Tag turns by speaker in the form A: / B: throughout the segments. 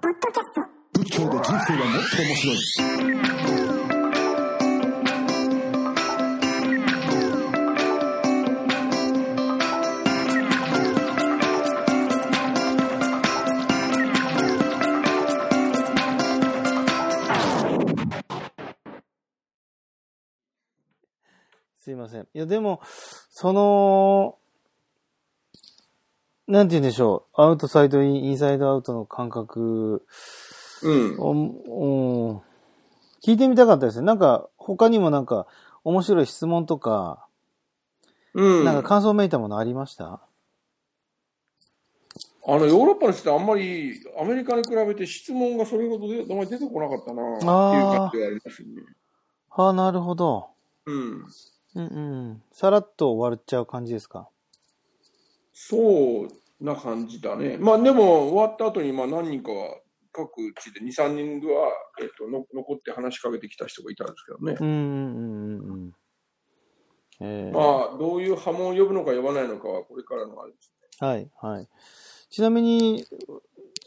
A: 仏教で人生はもっと面白い
B: すいません。いや、でも、その、なんて言うんでしょう。アウトサイドイン、インサイドアウトの感覚
C: うん。
B: を、うん聞いてみたかったですね。なんか、他にもなんか、面白い質問とか、
C: うん。
B: なんか感想めいたものありました
C: あの、ヨーロッパの人あんまり、アメリカに比べて質問がそれほどであまり出てこなかったな、っていう感じがありますよね。
B: ああ、なるほど。
C: うん。
B: うんうん。さらっと終わっちゃう感じですか
C: そうな感じだね。まあ、でも、終わった後に、まあ、何人かは、各地で2、3人は、えっと、の残って話しかけてきた人がいたんですけどね。
B: うんうんうんうんうん。えー
C: まあ、どういう波紋を呼ぶのか呼ばないのかは、これからのあれです。
B: はい、はい。ちなみに、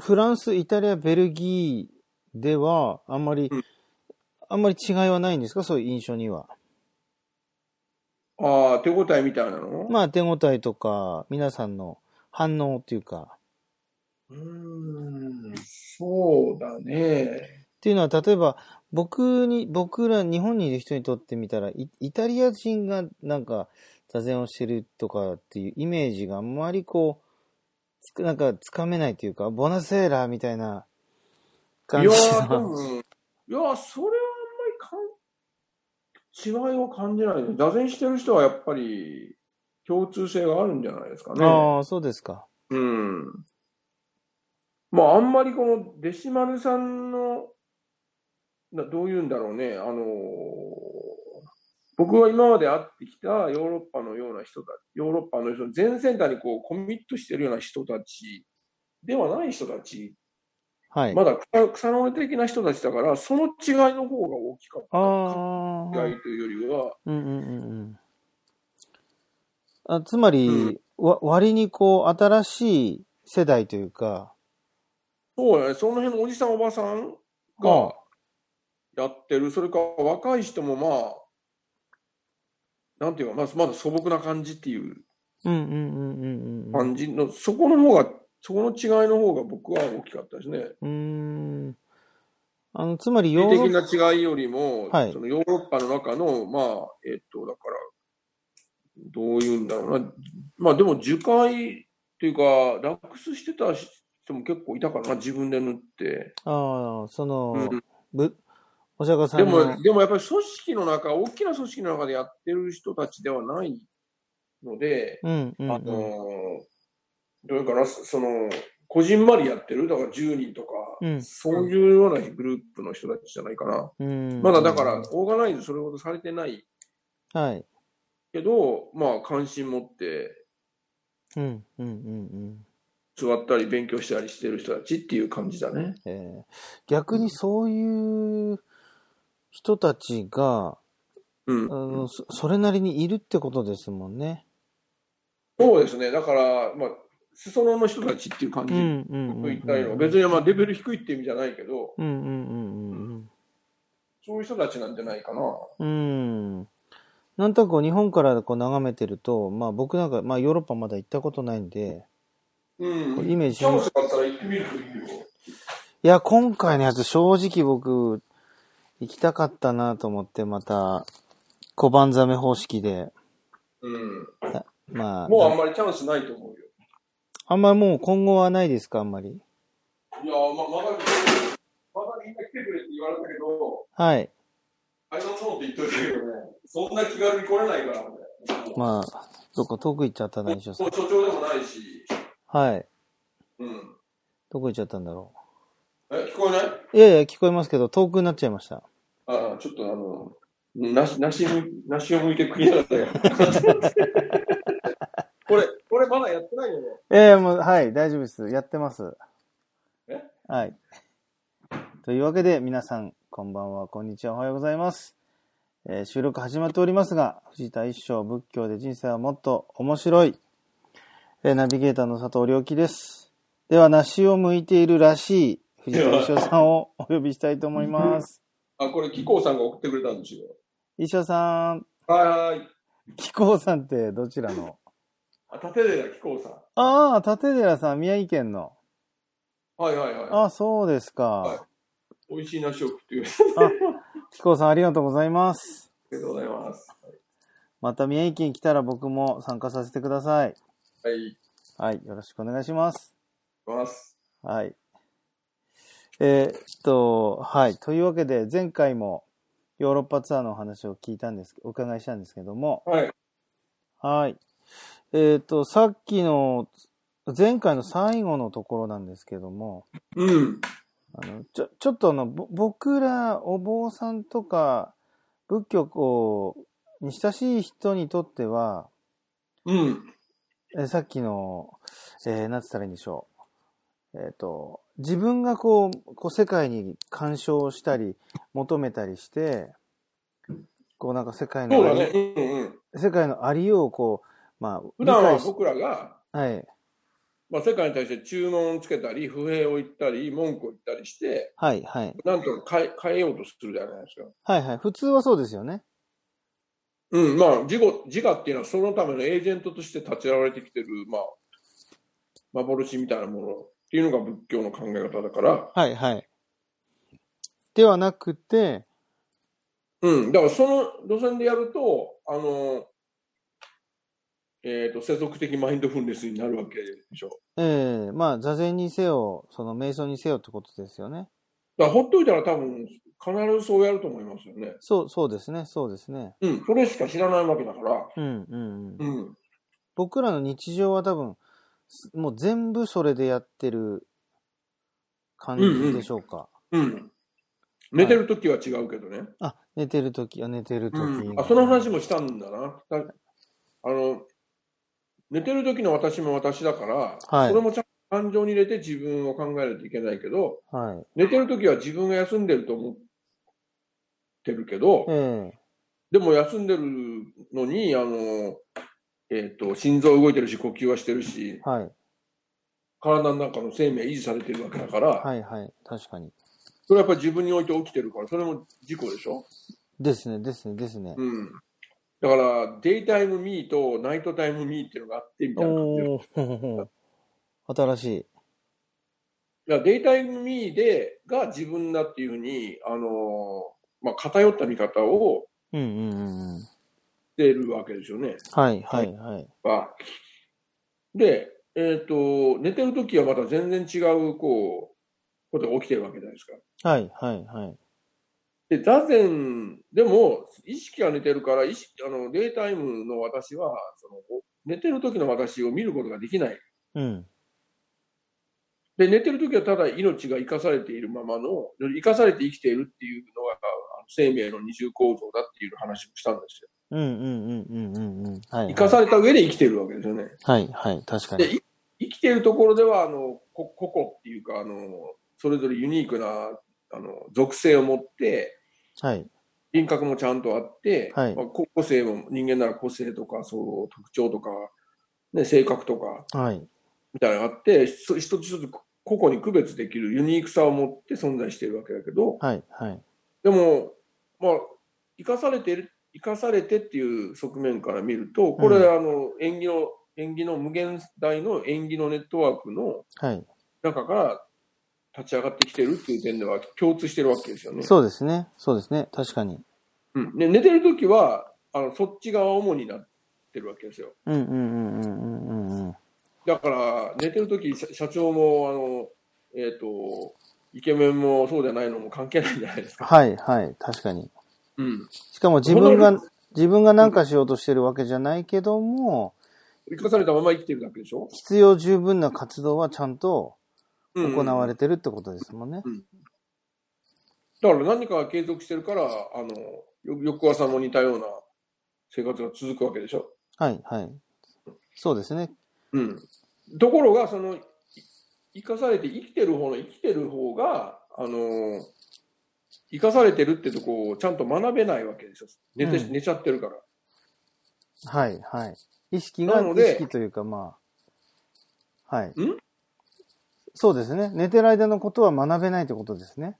B: フランス、イタリア、ベルギーでは、あんまり、
C: うん
B: あんまり違いはないんですかそういう印象には。
C: ああ、手応えみたいなの、
B: まあ、手応えとか、皆さんの反応っていうか、
C: うーん、そうだね。
B: っていうのは、例えば、僕に、僕ら、日本にいる人にとってみたら、イイタリア人がなんか、座禅をしてるとかっていうイメージがあんまりこう、つくなんか、つかめないというか、ボナセーラーみたいない
C: や
B: 感じ
C: ー、多
B: の
C: 分、いやー、それはあんまりかん違いを感じないね。座禅してる人はやっぱり共通性があるんじゃないですかね。
B: ああ、そうですか。
C: うん。まあ、あんまりこのデシマルさんの、などういうんだろうね、あのー僕は今まで会ってきたヨーロッパのような人たち、ヨーロッパのその全センターにこうコミットしてるような人たちではない人たち、
B: はい。
C: まだ草草の根的な人たちだから、その違いの方が大きかっ
B: あ
C: た。
B: あ、
C: 違いというよりは、
B: うんうんうんうん。あつまり、
C: うん
B: わ割にこう、新しい世代というか、
C: そうやね、その辺のおじさん、おばさん
B: あ
C: がやってる、それから若い人もまあ、なんていうか、まずまだ素朴な感じっていう
B: うんうんうんうんうん。
C: 感じの、そこの方が、そこの違いの方が僕は大きかったですね。
B: うーん。あの、つまりヨ
C: 性
B: ーロ
C: 的
B: ッ
C: な違いよりも、
B: はい
C: そのヨーロッパの中の、まあ、えっと、だから、どういうんだろうな、まあでも、樹海っていうか、ラックスしてた人も結構いたからな、自分で塗って。
B: パ、ああ、その、
C: うん
B: ぶお釈迦さ
C: で
B: んの、
C: も、でもやっぱり組織の中、大きな組織の中でやってる人たちではないので、
B: うんうん、
C: あの
B: う
C: ー
B: ん。
C: どういうかな、その、こじんまりやってる、だから10人とか、
B: うん
C: そういうようなグループの人たちじゃないかな。
B: うん
C: まだだから、オーガナイズそれほどされてない
B: ら、はい。
C: けど、まあ、関心持って
B: うんうんうんうん。
C: 座ったり勉強したりしてる人たちっていう感じだね。
B: えー逆にそういう人たちが、
C: うん
B: あ。のそそれなりにいるってことですもんね。
C: そうですね。だから、まあ、裾野の人たちっていう感じ。
B: うんうんうんう
C: と言
B: ん
C: ったらいいのか別にまあレベル低いって意味じゃないけど、
B: うんうんうん
C: そういう人たちなんじゃないかな。
B: うんうん。うん。なんとなくこう日本からこう眺めてると、まあ僕なんか、まあヨーロッパまだ行ったことないんで、
C: う。
B: こうんイメージ
C: チャンスがあったら行ってみるといいよ。
B: いや、今回のやつ正直僕、行きたかったなと思って、また、小判ザメ方式で、
C: う
B: まあ、
C: ん。もうあんまりチャンスないと思うよ。
B: あんまりもう今後はないですか、あんまり。
C: いやまあ、まだ、まだみんな来てくれって言われたけど、
B: はい。
C: あれのそうって言っといてけどね、そんな気軽に来れないから、俺。
B: まあ、どっか遠く行っちゃったな、西尾さ
C: も
B: ん
C: う。所長でもないし、
B: はい。
C: うん。
B: どこ行っちゃったんだろ。
C: え、聞こえないう
B: いやいや、聞こえますけど、遠くになっちゃいました。
C: ああ、ちょっとあの、なし、なしむ、なしを向いて食いながらよ。これ、これまだやってないよね。
B: ええもう、はい、大丈夫です。やってます
C: え。
B: はい。というわけで、皆さん、こんばんは、こんにちは、おはようございます。えー収録始まっておりますが、藤田一生、仏教で人生はもっと面白い。えーナビゲーターの佐藤良樹です。では、梨を向いているらしい藤田衣装さんをお呼びしたいと思います。
C: あ、これ、紀行さんが送ってくれたんですよ。
B: 衣装さん、
C: はいはい。
B: 紀行さんってどちら の
C: あ、立寺紀行さん。
B: ああ、立寺さん、宮城県の。
C: はいはいは
B: あそうです
C: はい
B: か。
C: い。美味しい梨を食ってくれた
B: 紀行さん、ありがとうございます。
C: ありがとうございます。
B: また宮城県来たら僕も参加させてください。
C: はい。
B: はい、よろしくお願いします。
C: ます。
B: はい。えーっと、はい。というわけで、前回もヨーロッパツアーのお話を聞いたんです、お伺いしたんですけども、
C: はい。
B: はい。えーっと、さっきの、前回の最後のところなんですけども、
C: うん。
B: あの、ちょ、ちょっとあの、ぼ僕ら、お坊さんとか、仏教こうに親しい人にとっては、
C: うん。
B: えーさっきの、えー、なんつったらいいんでしょう。えっ、と、自分がこう、こう世界に干渉したり、求めたりして、こうなんか世界の
C: そうだ
B: あり、
C: ね。うんうん。
B: 世界のありようをこう、まあ、
C: 普段は
B: し
C: 僕らが、
B: はい、
C: まあ、世界に対して注文をつけたり、不平を言ったり、文句を言ったりして、
B: はい、はい。
C: なんとか変え変えようとするじゃないですか。
B: はい、はい。普通はそうですよね。
C: うん、まあ、自我自我っていうのは、そのためのエージェントとして立ち現れてきてる、まあ、幻みたいなものっていうのが仏教の考え方だから、
B: はい、はい。ではなくて、
C: うん、だからその路線でやると、あの、えっ、と、世俗的マインドフルネスになるわけでしょ。
B: ええまあ、座禅にせよ、その瞑想にせよってことですよね。
C: だからほっといたら多分必ずそうやると思いますよね。
B: そう、そうですね、そうですね。
C: うん、それしか知らないわけだから。
B: うん、うん、うん。
C: うん、
B: 僕らの日常は多分、すもう全部それでやってる感じでしょうか。
C: うん。寝てる時は違うけどね。
B: あ、寝てるとき、あ寝てるとき、
C: うん、あその話もしたんだな。だあの寝てる時の私も私だから、
B: はい
C: それもちゃんと感情に入れて自分を考えないといけないけど、
B: はい。
C: 寝てる時は自分が休んでると思ってるけど、
B: え
C: でも休んでるのに、あの、えっ、と、心臓動いてるし、呼吸はしてるし
B: え、はい。
C: 体の中の生命維持されてるわけだから、
B: はい、はい。確かに。
C: それはやっぱり自分において起きてるから、それも事故でしょ
B: ですね、ですね、ですね。
C: うん。だから、デイタイムミーとナイトタイムミーっていうのがあって、みたいな感じで。
B: おお 新しい。
C: だからデイタイムミーで、が自分だっていうふうに、あのーまあ、偏った見方を
B: うんうんうんうん。
C: してるわけですよね。
B: はい、はい、はい。
C: はで、えっ、と、寝てる時はまた全然違う、こう、ことが起きてるわけじゃないですか。
B: はい、はい、はい。
C: で、座禅でも、意識が寝てるから、意識、あの、デイタイムの私は、その、寝てる時の私を見ることができない。
B: うん。
C: で、寝てる時はただ命が生かされているままの、生かされて生きているっていうのが、あの生命の二重構造だっていう話もしたんですよ。
B: うんうんうんうんうんうん。はい、は
C: 生
B: い。
C: かされた上で生きてるわけですよね。
B: はい、はい。確かに。
C: で、い生きてるところでは、あの、こ個々っていうか、あの、それぞれユニークな、あの、属性を持って、
B: はい。
C: 輪郭もちゃんとあって、
B: はい
C: まあ個個性も、人間なら個性とか、そう、特徴とか、ね、性格とか、
B: はい。
C: みたいなのがあって、そ一つ一つ個々に区別できるユニークさを持って存在しているわけだけど、
B: はい、はい。
C: でも、まあ、生かされている、生かされてっていう側面から見ると、これ、
B: う
C: あの、縁起の、縁起の無限大の縁起のネットワークの
B: はい。
C: 中から立ち上がってきてるっていう点では共通してるわけですよね。
B: そうですね。そうですね。確かに。
C: うん。で、寝てるときは、あの、そっち側主になってるわけですよ。
B: うんうんうんうんうんうんうん。
C: だから、寝てるとき、社社長も、あの、えっ、と、イケメンもそうじゃないのも関係ないじゃないですか。
B: はいはい、確かに。
C: うん。
B: しかも自分が
C: この、
B: 自分が何かしようとしてるわけじゃないけども、
C: 生かされたまま生きてるだけでしょ
B: 必要十分な活動はちゃんと
C: うん
B: 行われてるってことですもんね。
C: だから何かが継続してるから、あの、よ翌朝も似たような生活が続くわけでしょ。
B: はいはい。そうですね。
C: うん。ところが、その、い生かされて、生きてる方の生きてる方が、あの、生かされてるってとこをちゃんと学べないわけですよ。寝て、
B: うん
C: 寝ちゃってるから。
B: はいはい。意識が、
C: なの
B: 意
C: で
B: 識というかまあ、はい。
C: ん
B: そうですね。寝てる間のことは学べないってことですね。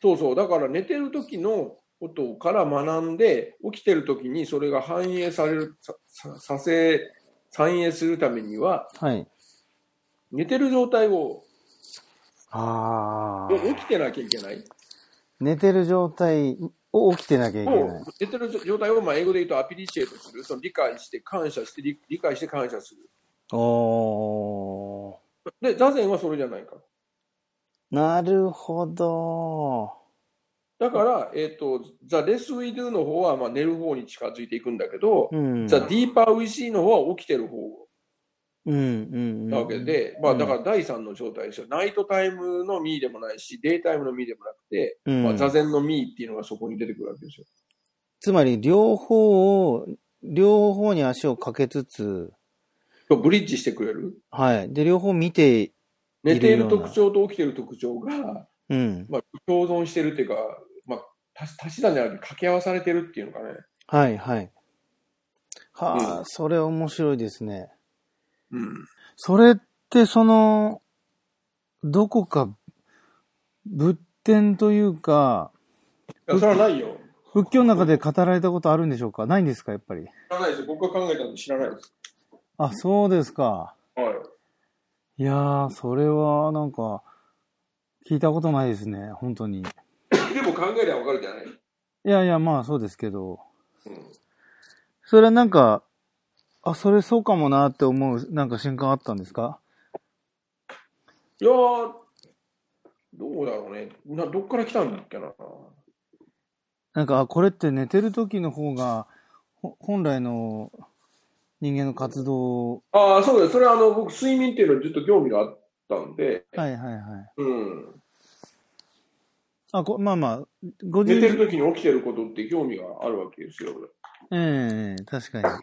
C: そうそう、だから寝てる時のことから学んで、起きてる時にそれが反映される、さささせ、反映するためには、
B: はい。
C: 寝てる状態を、
B: ああ。
C: 起きてなきゃいけない。
B: 寝てる状態を起きてなきゃいけない
C: を。寝てる状態をまあ英語で言うとアピリシエートする、その理解して感謝して理、理解して感謝する。
B: おー。
C: で、座禅はそれじゃないか。
B: なるほど。
C: だから、えっ、と、The Less We Do の方はまあ寝る方に近づいていくんだけど、
B: うん。
C: The Deeper We See の方は起きてる方
B: うんうん。
C: なわけ。で、まあだから第3の状態ですよ。ナイトタイムのミーでもないし、デイタイムのミーでもなくて、
B: うん
C: まあ、座禅のミーっていうのがそこに出てくるわけですよ。
B: つまり、両方を、両方に足をかけつつ、
C: とブリッジしてくれる。
B: はい。で、両方見て、
C: 寝てい
B: いるよ
C: る
B: うな
C: 特徴と起きてる特徴が、
B: うん。
C: まあ、共存してるっていうか、まあ、足し足し算じゃなくて掛け合わされてるっていうのかね。
B: はいはい。はあ、
C: うん
B: それ面白いですね。
C: うん。
B: それって、その、どこか、仏典というか、
C: いや、それはないよ。
B: 仏教の中で語られたことあるんでしょうかないんですかやっぱり。
C: 知らないですよ。僕が考えたの知らないです。
B: あ、そうですか。
C: はい。
B: いやー、それは、なんか、聞いたことないですね。本当に。い
C: でも考えりゃわかるじゃない。
B: やいや、まあそうですけど。
C: うん。
B: それはなんか、あ、それそうかもなって思う、なんか瞬間あったんですか
C: いやー、どうだろうね。な、どっから来たんだっけな。
B: なんか、あこれって寝てる時の方が、ほ本来の人間の活動を、
C: ああ、そうです。それはあの、僕、睡眠っていうのにずっと興味があったんで、
B: はいはいはい。
C: うん。
B: あ、こまあまあ、ご
C: 寝
B: 自
C: てる時に起きてることって興味があるわけですよ。
B: ええ確か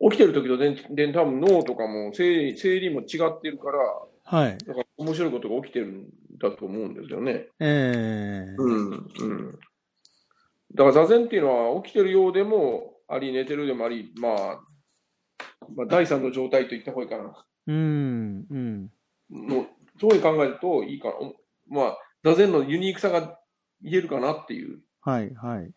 B: に。
C: 起きてる時とでで多分脳とかも生理生理も違ってるから、
B: はい。
C: なんか面白いことが起きてるんだと思うんですよね。
B: ええ
C: うん。うん。だから座禅っていうのは起きてるようでもあり、寝てるでもあり、まあ、まあ、第三の状態と言った方がいいかな。
B: うん、うん。
C: のそういう考えるといいかな。おまあ、座禅のユニークさが言えるかなっていう
B: はい、はい。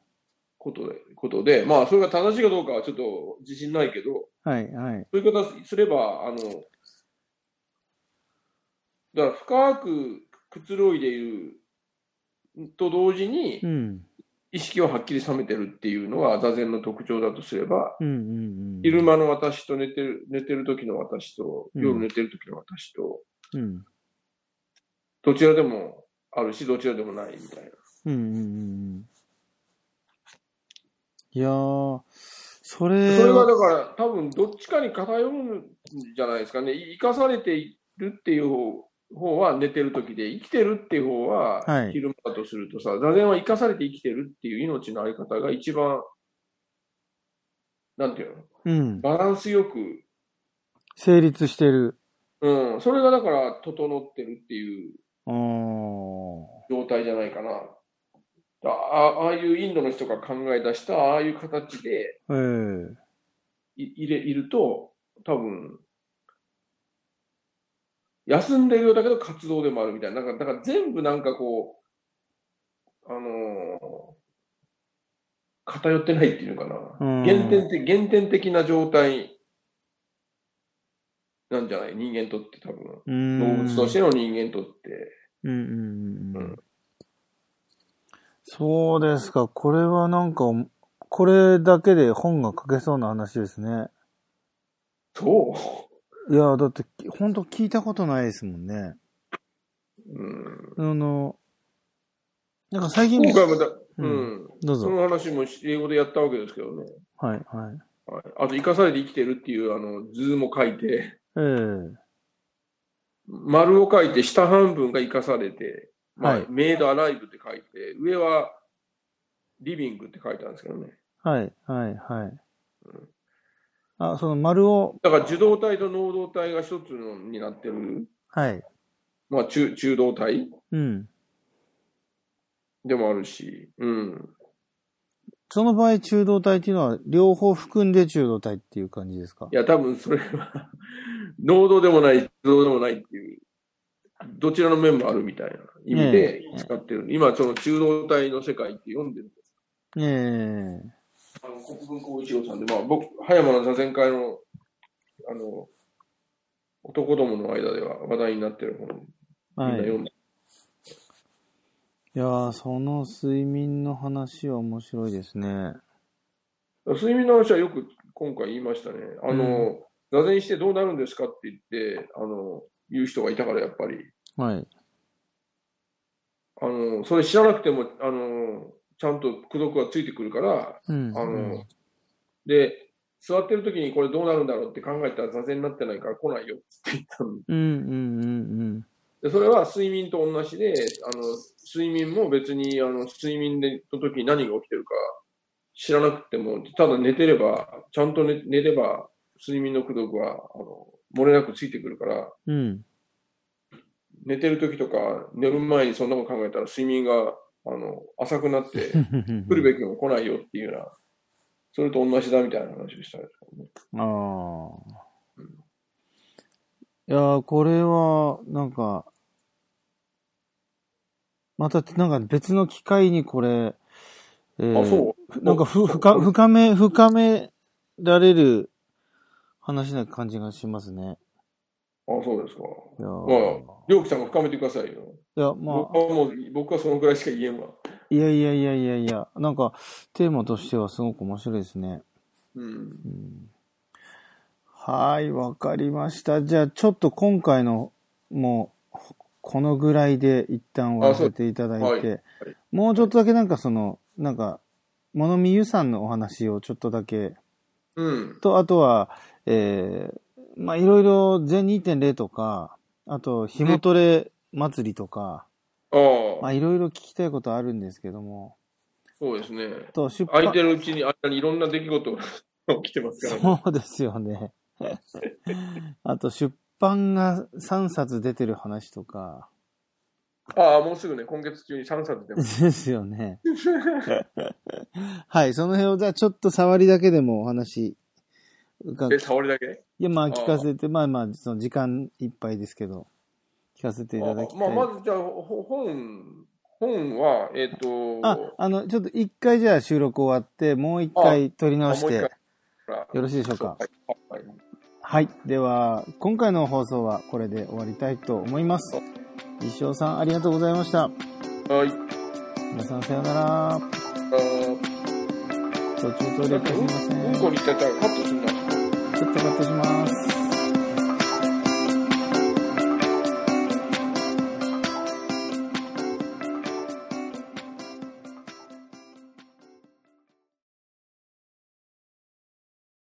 C: ことで、ことでまあ、それが正しいかどうかはちょっと自信ないけど、
B: はい、はい。
C: そういう言い方すれば、あの、だから深くくつろいでいると同時に
B: う、ん。
C: 意識をはっきり覚めてるっていうのが座禅の特徴だとすれば、
B: うん、うん、うん。
C: 昼間の私と寝てる、寝てる時の私と、
B: うん
C: 夜寝てる時の私と、
B: うん。
C: どちらでもあるし、どちらでもないみたいな。
B: うん、うん、うん。いやー、それ
C: それはだから、多分どっちかに偏るんじゃないですかね。い生かされているっていう方方は寝てる時で、生きてるっていう方
B: は
C: はい昼間だとするとさ、座禅は生かされて生きてるっていう命のあり方が一番、なんていうの、
B: うん。
C: バランスよく
B: 成立してる。
C: うん、それがだから整ってるっていう
B: あー。
C: 状態じゃないかな。ああああいうインドの人が考え出したああいう形で
B: ええ
C: いいれいると、多分休んでるようだけど活動でもあるみたいな、なんかだから全部なんかこう、あのー偏ってないっていうのか
B: う
C: な、
B: ん
C: 原点的原点的な状態なんじゃない、人間にとって多分。
B: うーん。
C: 動物としての人間にとって。
B: うんうんうんう
C: うん
B: ん。そうですか。これはなんか、これだけで本が書けそうな話ですね。
C: そ
B: いや、だって、ほんと聞いたことないですもんね。
C: う。うん。
B: あの、なんか最近、
C: 今回また、
B: う
C: うんん。
B: どう
C: そ
B: ぞ。
C: の話も英語でやったわけですけどね。
B: はい、はい。
C: はい、あと、生かされて生きてるっていう、あの、図も書いて、
B: ええ
C: 丸を書いて、下半分が生かされて、まあ、
B: はい
C: メイドアライブって書いて、上は、リビングって書いてあるんですけどね。
B: はい、はい、はい。あ、その丸を、
C: だから、受動体と能動体が一つのになってる、
B: はい。
C: まあ、中、中動体
B: うん。
C: でもあるし、うん。
B: その場合、中道体っていうのは、両方含んで中道体っていう感じですか
C: いや、多分それは、能動でもない、能動でもないっていう、どちらの面もあるみたいな意味
B: え
C: で
B: え
C: 使ってる。今、その中道体の世界って読んでるんです。
B: ええ
C: あの国分光一郎さんで、まあ、僕、葉山の座禅会の、あの、男どもの間では話題になってる本、みんな
B: はい。
C: 読んで、
B: いやー、その睡眠の話は面白いですね。
C: 睡眠の話はよく今回言いましたね。あの、座禅してどうなるんですかって言って、あの、言う人がいたから、やっぱり。
B: はい。
C: あの、それ知らなくても、あの、ちゃんと苦読がついてくるから、
B: うん。
C: あの、
B: うん
C: で、座ってる時にこれどうなるんだろうって考えたら座禅になってないから来ないよって言ったの。
B: うんうん
C: で、それは睡眠と同じで、あの、睡眠も別に、あの、睡眠での時に何が起きてるか知らなくても、ただ寝てれば、ちゃんと寝寝れば、睡眠の苦読は、あの、漏れなくついてくるから、
B: うんうん。うん。
C: 寝てる時とか、寝る前にそんなこと考えたら睡眠が、あの、浅くなって、来るべきも来ないよっていうような、それと同じだみたいな話をしたんですけどね。
B: ああ
C: うん。
B: いやー、これは、なんか、また、なんか別の機会にこれ、えー
C: あ、そう
B: なんかふ、深、深め、深められる話な感じがしますね。
C: あ、そうですか。
B: いや
C: まあ
B: ー、
C: りょうきさんが深めてくださいよ。
B: いや、まあ
C: 僕、はもう、僕はそのくらいしか言えんわ。
B: いやいやいやいやいや、なんか、テーマとしてはすごく面白いですね。
C: うん。
B: うんはい、わかりました。じゃあ、ちょっと今回の、もう、このぐらいで一旦終わらせていただ
C: あそう
B: いて、
C: は
B: もうちょっとだけなんかその、なんか、物見ゆさんのお話をちょっとだけ、
C: うん。
B: と、あとは、えー、まあ、いろいろ全2.0とか、あと、ひもトレ祭りとか、
C: あ
B: ま
C: あ、
B: あ、いろいろ聞きたいことあるんですけども、
C: そうですね。
B: あと、出
C: 空い
B: 版
C: て、るうちに、間にいろんな出来事が 起きてますから、ね。
B: そうですよね。あと、出版が3冊出てる話とか、
C: ああ、もうすぐね、今月中に3冊出ます。
B: ですよね。はい、その辺を、じゃあちょっと触りだけでもお話、伺っ
C: え、触りだけ
B: いや、まあ聞かせて、まあまあ、その時間いっぱいですけど、聞かせていただきたい。
C: あまあ、まずじゃあ、ほ本、本は、えっ、
B: あ
C: と、、
B: あの、ちょっと一回じゃあ収録終わって、もう一回撮り直し
C: あもう
B: て
C: 一回ら
B: よろしいでしょうか。
C: はいはい
B: はい。では、今回の放送はこれで終わりたいと思います。石尾さん、ありがとうございました。
C: はい。
B: 皆さん、さようなら。
C: あー
B: 途中トイ
C: な
B: レ行っ
C: んか
B: て
C: う
B: す
C: ん
B: みません。
C: うん
B: ちょ
C: こに行っちゃったらカットするな。
B: っとカットします。